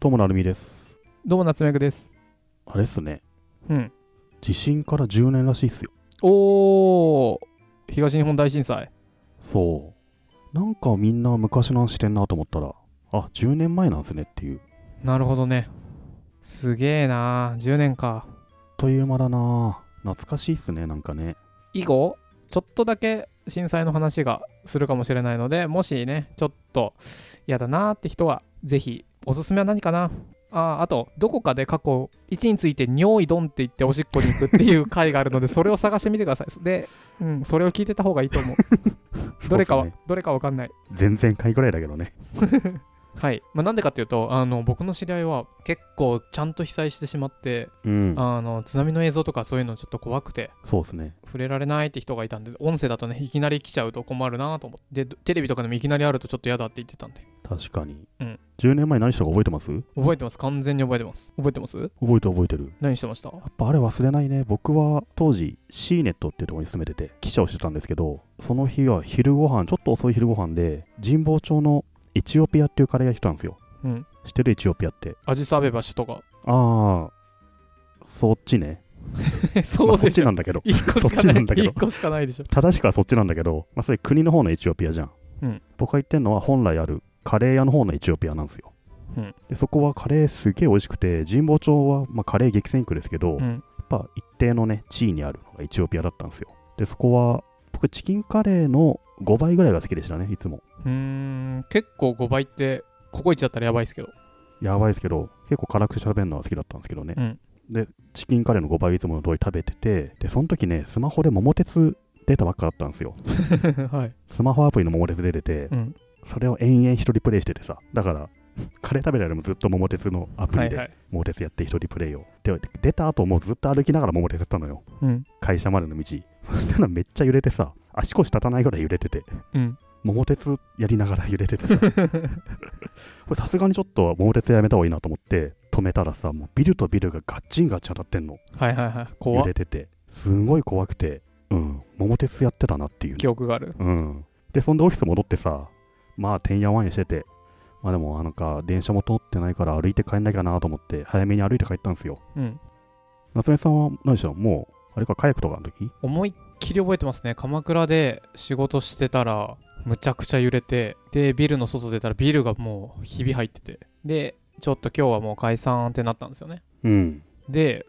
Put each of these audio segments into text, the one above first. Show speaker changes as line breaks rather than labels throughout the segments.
ともなるみです。
どうも夏目くです。
あれっすね。
うん。
地震から10年らしいっすよ。
おー、東日本大震災。
そう。なんかみんな昔の話してんなと思ったら、あ、10年前なんすねっていう。
なるほどね。すげえなー、10年か。
あっという間だな懐かしいっすね、なんかね。
以後、ちょっとだけ震災の話がするかもしれないので、もしね、ちょっと嫌だなーって人は、ぜひ、おすすめは何かなあーあと、どこかで過去1について尿意ドンって言っておしっこに行くっていう回があるので、それを探してみてください。で、うん、 それを聞いてた方がいいと思う。どれかは、
そうっすね
どれかわかんない。
前々回ぐらいだけどね。
はい、まあ、なんでかっていうとあの僕の知り合いは結構ちゃんと被災してしまって、
うん。
あの津波の映像とかそういうのちょっと怖くて
そうっすね。
触れられないって人がいたんで音声だとねいきなり来ちゃうと困るなと思ってでテレビとかでもいきなりあるとちょっと嫌だって言ってたんで
確かに。
うん
10年前何したか覚えてます覚
覚えてます完全に覚えてます覚えてます
えてる覚えてる。
何してました
やっぱあれ忘れないね。僕は当時 C ネットっていうところに勤めてて記者をしてたんですけど、その日は昼ご飯、ちょっと遅い昼ご飯で神保町のエチオピアっていうカレー屋来たんですよ。
うん
知ってるエチオピアって。
アジサベバシとか
ああ、そっちね。ま
そ
あ
う
そっ
でし
ちな
ょ
んだけど。
1個しか
そっち
な
ないんだけど
一個しかないでしょ
正しくはそっちなんだけど、まあ、それ国の方のエチオピアじゃん。
うん
僕が言ってるのは本来あるカレー屋の方のエチオピアなんですよ。
うん
でそこはカレーすげえ美味しくて、神保町はまあカレー激戦区ですけど、
う
やっ
ん
ぱ一定のね、地位にあるのがエチオピアだったんですよ。で、そこは僕、チキンカレーの5倍ぐらいが好きでしたね、いつも。
うーん結構5倍ってココイチだったらやばいですけど
やばいですけど、結構辛く喋るのは好きだったんですけどね。
うん
で、チキンカレーの5倍いつもの通り食べてて、で、その時ね、スマホで桃鉄出たばっかだったんですよ。
はい、
スマホアプリの桃鉄出てて
う、ん、
それを延々一人プレイしててさ、だから、 カレー食べるよりもずっと桃鉄のアプ
は
リ
いは
で
い
桃鉄やって一人プレイを。で、出た後もうずっと歩きながら桃鉄やってたのよ。
うん
会社までの道。 そしたらめっちゃ揺れてさ、足腰立たないぐらい揺れてて、
うん
桃鉄やりながら揺れてて さ、これさすがにちょっと桃鉄やめた方がいいなと思って、止めたらさ、もうビルとビルがガッチンガッチン当たってんの。
はいはいはい怖
揺
っ
れてて、すごい怖くて、うん、桃鉄やってたなっていうね
記憶がある
うん。で、そんでオフィス戻ってさ、まあ、てんやわんやしてて、まあでも、あのか、電車も通ってないから歩いて帰んないかなと思って、早めに歩いて帰ったんですよ。
うん
夏目さんは、何でしょう、もう、あれか、カヤックとかの時
思いっきり覚えてますね鎌倉で仕事してたらむちゃくちゃ揺れてでビルの外出たらビルがもうひび入っててでちょっと今日はもう解散ってなったんですよね
うん。
で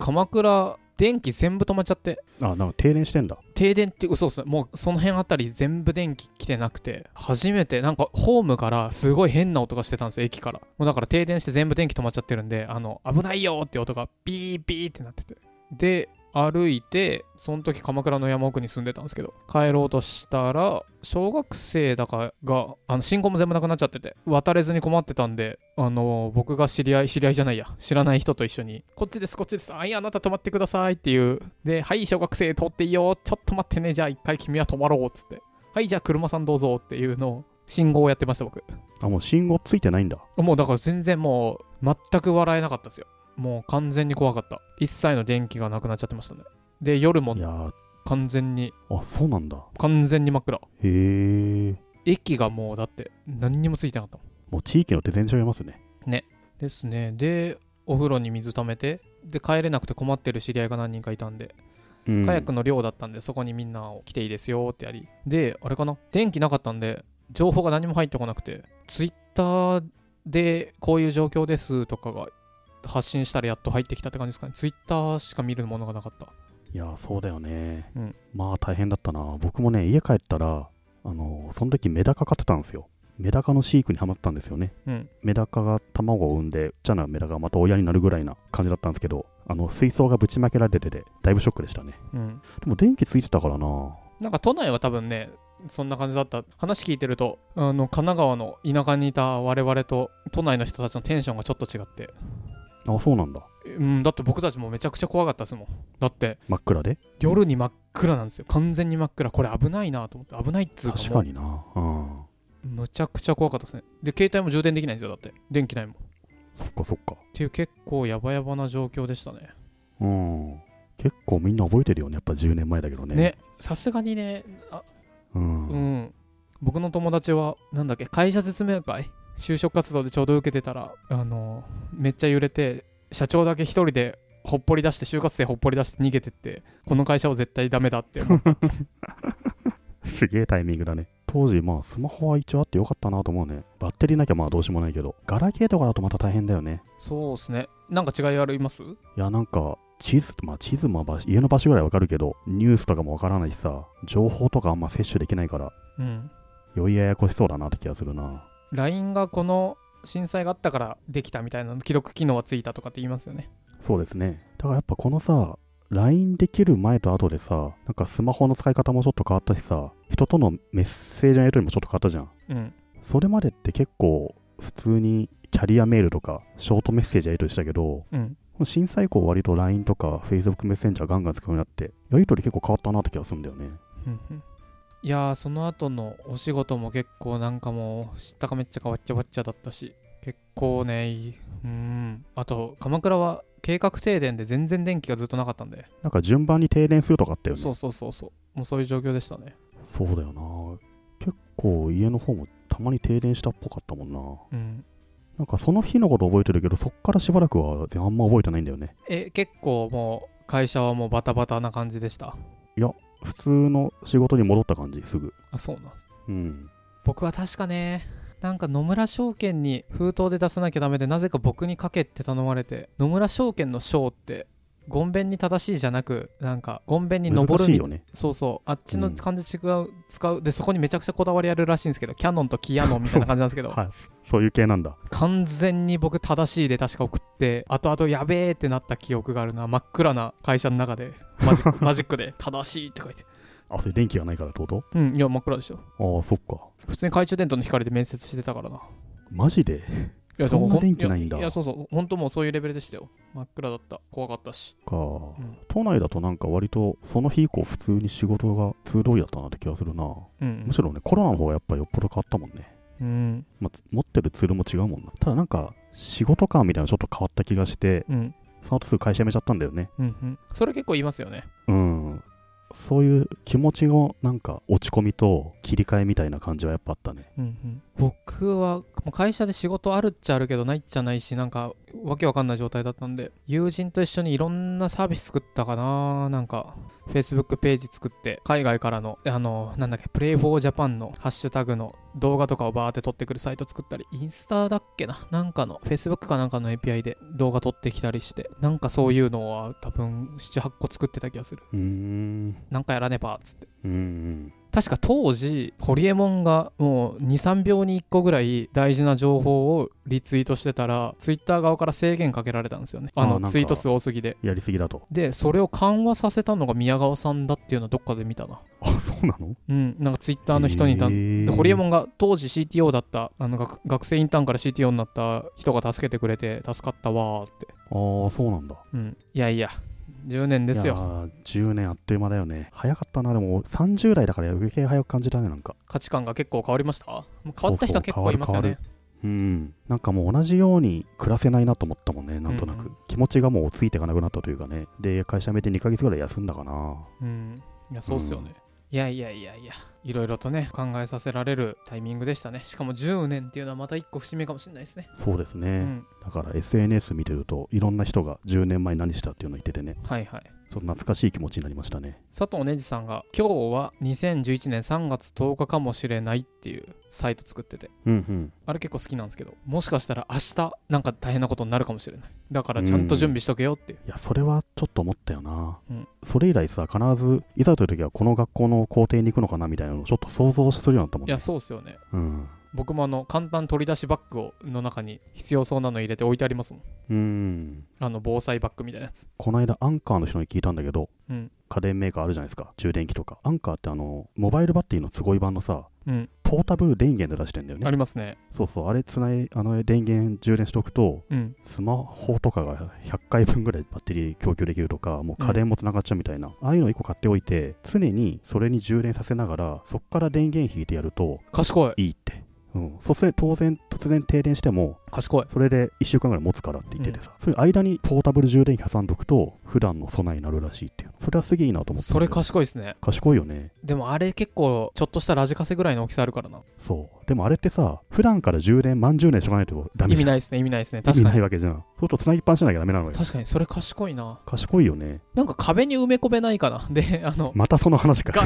鎌倉電気全部止まっちゃって
あ、なんか停電してんだ。
停電って嘘っすねもうその辺あたり全部電気来てなくて初めてなんかホームからすごい変な音がしてたんですよ駅からもうだから停電して全部電気止まっちゃってるんであの危ないよーって音がビービーってなっててで歩いてその時鎌倉の山奥に住んでたんですけど帰ろうとしたら小学生だかがあの信号も全部なくなっちゃってて渡れずに困ってたんであの僕が知り合い知り合いじゃないや知らない人と一緒にこっちですこっちですあいやあなた止まってくださいっていうではい小学生通っていいよちょっと待ってねじゃあ一回君は止まろうっつってはいじゃあ車さんどうぞっていうのを信号をやってました僕
あ、もう信号ついてないんだ。
もうだから全然もう全く笑えなかったですよもう完全に怖かった一切の電気がなくなっちゃってましたねで夜も
いやー、
完全に
あ、そうなんだ。
完全に真っ暗
へー。
駅がもうだって何にもついてなかったもん
もう地域のって全然違いますね。
ですねでお風呂に水溜めてで帰れなくて困ってる知り合いが何人かいたんで、
うん。
カヤックの寮だったんでそこにみんなを来ていいですよってやりであれかな電気なかったんで情報が何も入ってこなくてツイッターでこういう状況ですとかが発信したらやっと入ってきたって感じですかねツイッターしか見るものがなかった
いやー、そうだよね。
うん
まあ、大変だったな。僕もね、家帰ったら、あのーその時メダカ飼ってたんですよ。メダカの飼育にハマったんですよね。
うん
メダカが卵を産んで、ちっちゃなメダカがまた親になるぐらいな感じだったんですけど、あの水槽がぶちまけられてて、だいぶショックでしたね。
うん
でも電気ついてたからな。
なんか都内は多分ねそんな感じだった話聞いてるとあの神奈川の田舎にいた我々と都内の人たちのテンションがちょっと違って
あ、そうなんだ。
うんだって僕たちもめちゃくちゃ怖かったですもんだって
真っ暗で
夜に真っ暗なんですよ完全に真っ暗これ危ないなと思って危ないっつうか
確
も
か
う
にな。うん。
むちゃくちゃ怖かったですねで携帯も充電できないんですよだって電気ないもんっ
そっかそっか。
ていう結構ヤバヤバな状況でしたね
うん。結構みんな覚えてるよね。やっぱ10年前だけどね。
ねさすがにねあ
うん。
うん僕の友達はなんだっけ会社説明会就職活動でちょうど受けてたらあのめっちゃ揺れて社長だけ一人でほっぽり出して就活生ほっぽり出して逃げてってこの会社は絶対ダメだって思った
すげえタイミングだね。当時、まあ、スマホは一応あってよかったなと思うね。バッテリーなきゃまあどうしようもないけど、ガラケーとかだとまた大変だよね。
そうですねなんか違いあります
いや、なんか、地図、まあ、地図も場所家の場所ぐらいわかるけど、ニュースとかもわからないしさ、情報とかあんま摂取できないから、
うん
よりややこしそうだなって気がするな。
LINE がこの震災があったからできたみたいな既読機能はついたとかって言いますよね
そうですね。だからやっぱこのさ、LINE できる前と後でさ、なんかスマホの使い方もちょっと変わったしさ、人とのメッセージのやり取りもちょっと変わったじゃん。
うん
それまでって結構、普通にキャリアメールとか、ショートメッセージやり取りしたけど、
うん
この震災以降割と LINE とか Facebook メッセンジャーガンガン使うようになって、やり取り結構変わったなって気がするんだよね。
うんうんいやーその後のお仕事も結構なんかもう知ったかめっちゃかわっちゃわっちゃだったし結構ねいいうんあと鎌倉は計画停電で全然電気がずっとなかったんで、
なんか順番に停電するとかあったよね。
そうそうそうそうもうそういう状況でしたね
そうだよな。結構家の方もたまに停電したっぽかったもんな。
うん
なんかその日のこと覚えてるけど、そっからしばらくはあんま覚えてないんだよね。
え結構もう会社はもうバタバタな感じでした
普通の仕事に戻った感じ、すぐ。
あそうなんです
うん。
僕は確かねなんか野村証券に封筒で出さなきゃダメでなぜか僕にかけって頼まれて野村証券の賞ってゴンベンに正しいじゃなくなんかゴンベンに登
難
る
しい
み
よね。
そうそうあっちの
うん
漢字違う、使うでそこにめちゃくちゃこだわりあるらしいんですけどキャノンとキヤノンみたいな感じなんですけど
はい。そういう系なんだ。
完全に僕正しいで確か送って後々やべえってなった記憶があるな真っ暗な会社の中でマジ ックマジックで正しいって書いて
あ、それ電気がないからってこと
うんいや真っ暗でしょ
ああ、そっか。
普通に懐中電灯の光で面接してたからな
マジで
いや
そんな
でもほ
電気ないんだ
いやいやそうそう本当もうそういうレベルでしたよ真っ暗だった怖かったし
か、
ん
都内だとなんか割とその日以降普通に仕事が通通りだったなって気がするな、
うん
むしろねコロナの方がやっぱよっぽど変わったもんね、
うん
まあつ持ってるツールも違うもんなただなんか仕事感みたいなのちょっと変わった気がして
うん
その後すぐ会社辞めちゃったんだよね
うんうんそれ結構言いますよね
うんそういう気持ちのなんか落ち込みと切り替えみたいな感じはやっぱあったね
うんうん僕はまあ会社で仕事あるっちゃあるけどないっちゃないしなんかわけわかんない状態だったんで友人と一緒にいろんなサービス作ったかななんか Facebook ページ作って海外からのあのなんだっけプレイフォージャパンのハッシュタグの動画とかをバーって撮ってくるサイト作ったりインスタだっけななんかの Facebook かなんかの API で動画撮ってきたりしてなんかそういうのは多分78個作ってた気がする
うーん
なんかやらねばっつって
うんうん
確か当時ホリエモンがもう23秒に1個ぐらい大事な情報をリツイートしてたらツイッター側から制限かけられたんですよねあ
あーなん
の
か
ツイート数多すぎで
やりすぎだと
でそれを緩和させたのが宮川さんだっていうのはどっかで見たな
あそうなの
うんなんかツイッターの人にたでホリエモンが当時 CTO だったあの学学生インターンから CTO になった人が助けてくれて助かったわーって
ンああそうなんだ
うんいやいや10年です
い
よ
やー10年あっという間だよね早かったなでも30代だから余計早く感じたねなんか
価値観が結構変わりましたもう変わった人は結構います
そ
よ
うそう変わる変わる
ね
うんなんかもう同じように暮らせないなと思ったもんねなんとなく、
うんうん
気持ちがもうついていかなくなったというかねで会社辞めて2ヶ月ぐらい休んだかな
うん、いや、そうっすよね。いやいやいやいや、いろいろとね、考えさせられるタイミングでしたね。しかも10年っていうのはまた一個節目かもしれないですね。
そうですね、
うん、
だから SNS 見てるといろんな人が10年前何したっていうの言っててね
はいはい。
ちょっと懐かしい気持ちになりましたね
佐藤ねじさんが、今日は2011年3月10日かもしれないっていうサイト作ってて、
うんうん
あれ結構好きなんですけど、もしかしたら明日なんか大変なことになるかもしれない。だからちゃんと準備しとけよっていう。
いやそれはちょっと思ったよな、
うん
それ以来さ必ずいざという時はこの学校の校庭に行くのかなみたいなのをちょっと想像するようになったもん
い
ね
や、そうっすよね。
うん
僕もあの、簡単取り出しバッグをの中に必要そうなの入れて置いてありますもん。
うん
あの、防災バッグみたいなやつ。
この間アンカーの人に聞いたんだけど
うん。
家電メーカーあるじゃないですか充電器とかアンカーってあのモバイルバッテリーの都合版のさ
うん。
ポータブル電源で出してんだよ
あ
ね
りますね。
そうそうあれつないあの電源充電しておくと
うん。
スマホとかが100回分ぐらいバッテリー供給できるとかもう家電もつながっちゃうみたいな、ああいうの1個買っておいて常にそれに充電させながらそこから電源引いてやると
賢い。
いいって、うん、そうすると当然突然停電しても
賢い
それで1週間ぐらい持つからって言っててさ、そういう間にポータブル充電器挟んどくと普段の備えになるらしいっていうそれはすげえいいなと思って
それ賢いですね
賢いよね
でもあれ結構ちょっとしたラジカセぐらいの大きさあるからな
そうでもあれってさ普段から充電満充電しとかないとダメ
意
じゃ
味
ん
ないですね意味ないですね
意味
確か
ない
に
わけじゃんそうすると繋ぎっぱなしじゃなきゃダメなのよ
確かにそれ賢いな
賢いよね
なんか壁に埋め込めないかな であの
またその話か
ガ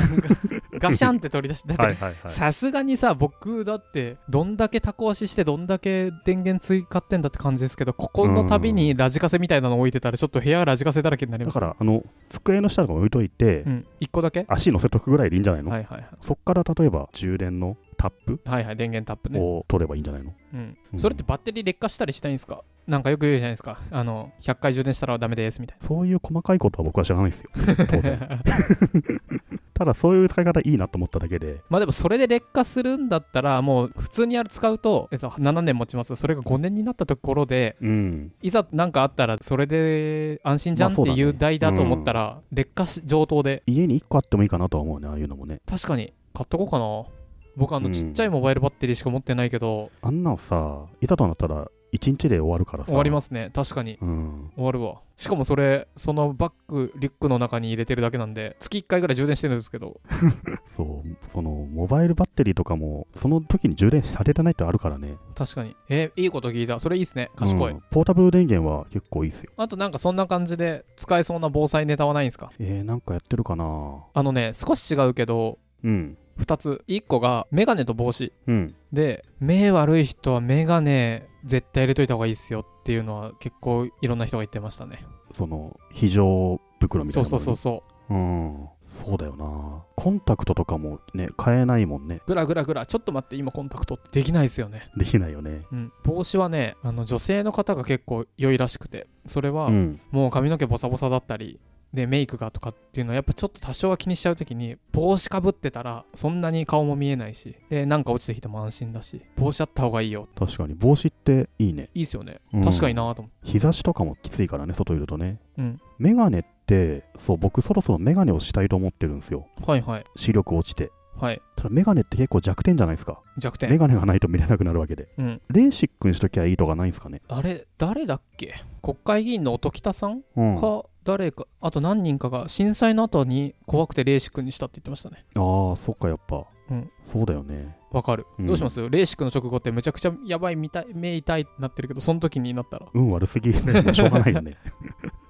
ガシャンって取り出してだって
はいはいはい
さすがにさ僕だってどんだけタコ足してどんだけ電源追加ってんだって感じですけどここの度にラジカセみたいなの置いてたらちょっと部屋ラジカセだらけになり
だ
ます
からあの机の下とか置いといて、
うん1個だけ
足乗せとくぐらいでいいんじゃないの、
はいはいはい
そっから例えば充電のタップ
はいはい電源タップね、
を取ればいいんじゃないの、
うん
うん
それってバッテリー劣化したりしたいんですかなんかよく言うじゃないですかあの100回充電したらダメですみたい
そういう細かいことは僕は知らないですよ 当然
な
ただそういう使い方いいなと思っただけで
まあでもそれで劣化するんだったらもう普通にやる使うと、えっと、7年持ちますそれが5年になったところで
うん
いざ何かあったらそれで安心じゃ
ま
ん
あ
っ
そう
て
だね
いう代だと思ったら劣化し上等で
家に1個あってもいいかなとは思うねああいうのもね
確かに買っとこうかな僕あ
う
の
ん
ちっちゃいモバイルバッテリーしか持ってないけど、
あんなのさいざとなったら1日で終わるからさ
終わりますすね確かに
うん
終わるわしかもそれそのバッグリュックの中に入れてるだけなんで月1回ぐらい充電してるんですけど
そうそのモバイルバッテリーとかもその時に充電されてないってあるからね
確かにえーいいこと聞いたそれいいっすね賢い、
うんポータブル電源は結構いいっすよ
あとなんかそんな感じで使えそうな防災ネタはないんですか
えー、なんかやってるかな
あのね少し違うけど
うん
2つ1個がメガネと帽子
うん
で目悪い人はメガネ絶対入れといた方がいいっすよっていうのは結構いろんな人が言ってましたね
その非常袋みたいう
そ
なも
そ
の
うそうそう
うんそうだよなコンタクトとかもね買えないもんね
グラグラグラちょっと待って今コンタクトってできないですよね、
できないよね
うん、帽子はねあの女性の方が結構良いらしくてそれは
うん
もう髪の毛ボサボサだったりでメイクがとかっていうのはやっぱちょっと多少は気にしちゃう時に帽子かぶってたらそんなに顔も見えないしでなんか落ちてきても安心だし帽子あった方がいいよ
確かに帽子っていいね、
いいですよね、
うん
確かになと思って
日差しとかもきついからね外いるとね
うん
メガネってそう僕そろそろメガネをしたいと思ってるんですよ
はいはい
視力落ちて
はい
ただメガネって結構弱点じゃないですか
弱
メ
点
ガネがないと見れなくなるわけで
うん
レーシックにしときゃいいとかないんですかね
あれ誰だっけ国会議員の音喜多さん
うんあ
か誰かあと何人かが震災の後に怖くてレーシックにしたって言ってましたね
あそっかやっぱ、
うん
そうだよね
わかる、
うん
どうしますレーシックの直後ってめちゃくちゃやばい見た目痛いってなってるけどその時になったら
運悪すぎるしょうがないよね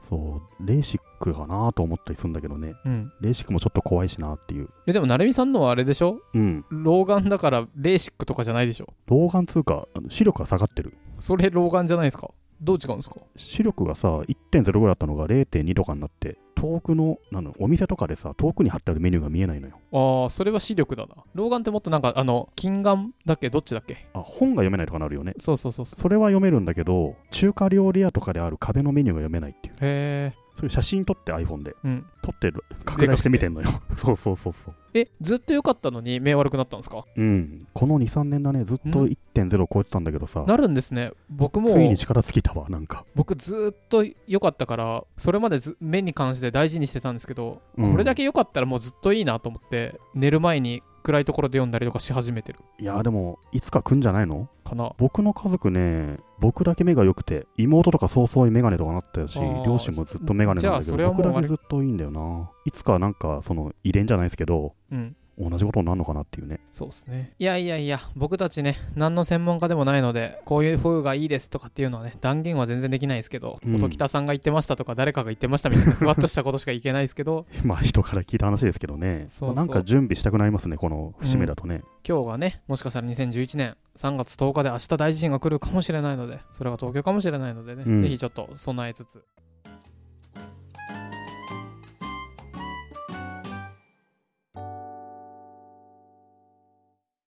そうレーシックかなと思ったりするんだけどね
うん
レーシックもちょっと怖いしなっていう
えでも成美さんのはあれでしょ
うん
老眼だからレーシックとかじゃないでしょ
老眼つうかあの視力が下がってる
それ老眼じゃないですかどう違うんですか
視力がさ1.0ぐらいだったのが0.2とかになって遠くのなのお店とかでさ遠くに貼ってあるメニューが見えないのよ
ああそれは視力だな老眼ってもっとなんかあの近眼だっけどっちだっけ
あ本が読めないとかなるよね
そうそうそうそう
それは読めるんだけど中華料理屋とかである壁のメニューが読めないっていう
へえ
そういう写真撮って iPhone で
うん
撮ってる拡大して見て んのよそうそうそうそう
えずっと良かったのに目悪くなったんですか
うんこの23年だねずっ
う
と
ん
1.0を超えてたんだけどさ
なるんですね僕も
ついに力尽きたわなんか、
僕ずーっと良かったからそれまでず目に関して大事にしてたんですけど、
うん
これだけ良かったらもうずっといいなと思って寝る前に暗いところで読んだりとかし始めてる
いやーでもいつか来んじゃないの
かな
僕の家族ね僕だけ目が良くて妹とか早々に眼鏡とかなってたし
あー
両親もずっと眼鏡なんだけ
じゃ
ど
あそれはもう
僕だけずっといいんだよないつかなんかその遺伝じゃないですけど
うん
同じことになるのかなっていうね
そうですねいやいやいや僕たちね何の専門家でもないのでこういう風がいいですとかっていうのはね断言は全然できないですけど、
うん
音喜多さんが言ってましたとか誰かが言ってましたみたい なふわっとしたことしか言けないですけど
まあ人から聞いた話ですけどね
そうそう
まあなんか準備したくなりますねこの節目だとね、
今日がねもしかしたら2011年3月10日で明日大地震が来るかもしれないのでそれが東京かもしれないのでね、
うん
ぜひちょっと備えつつ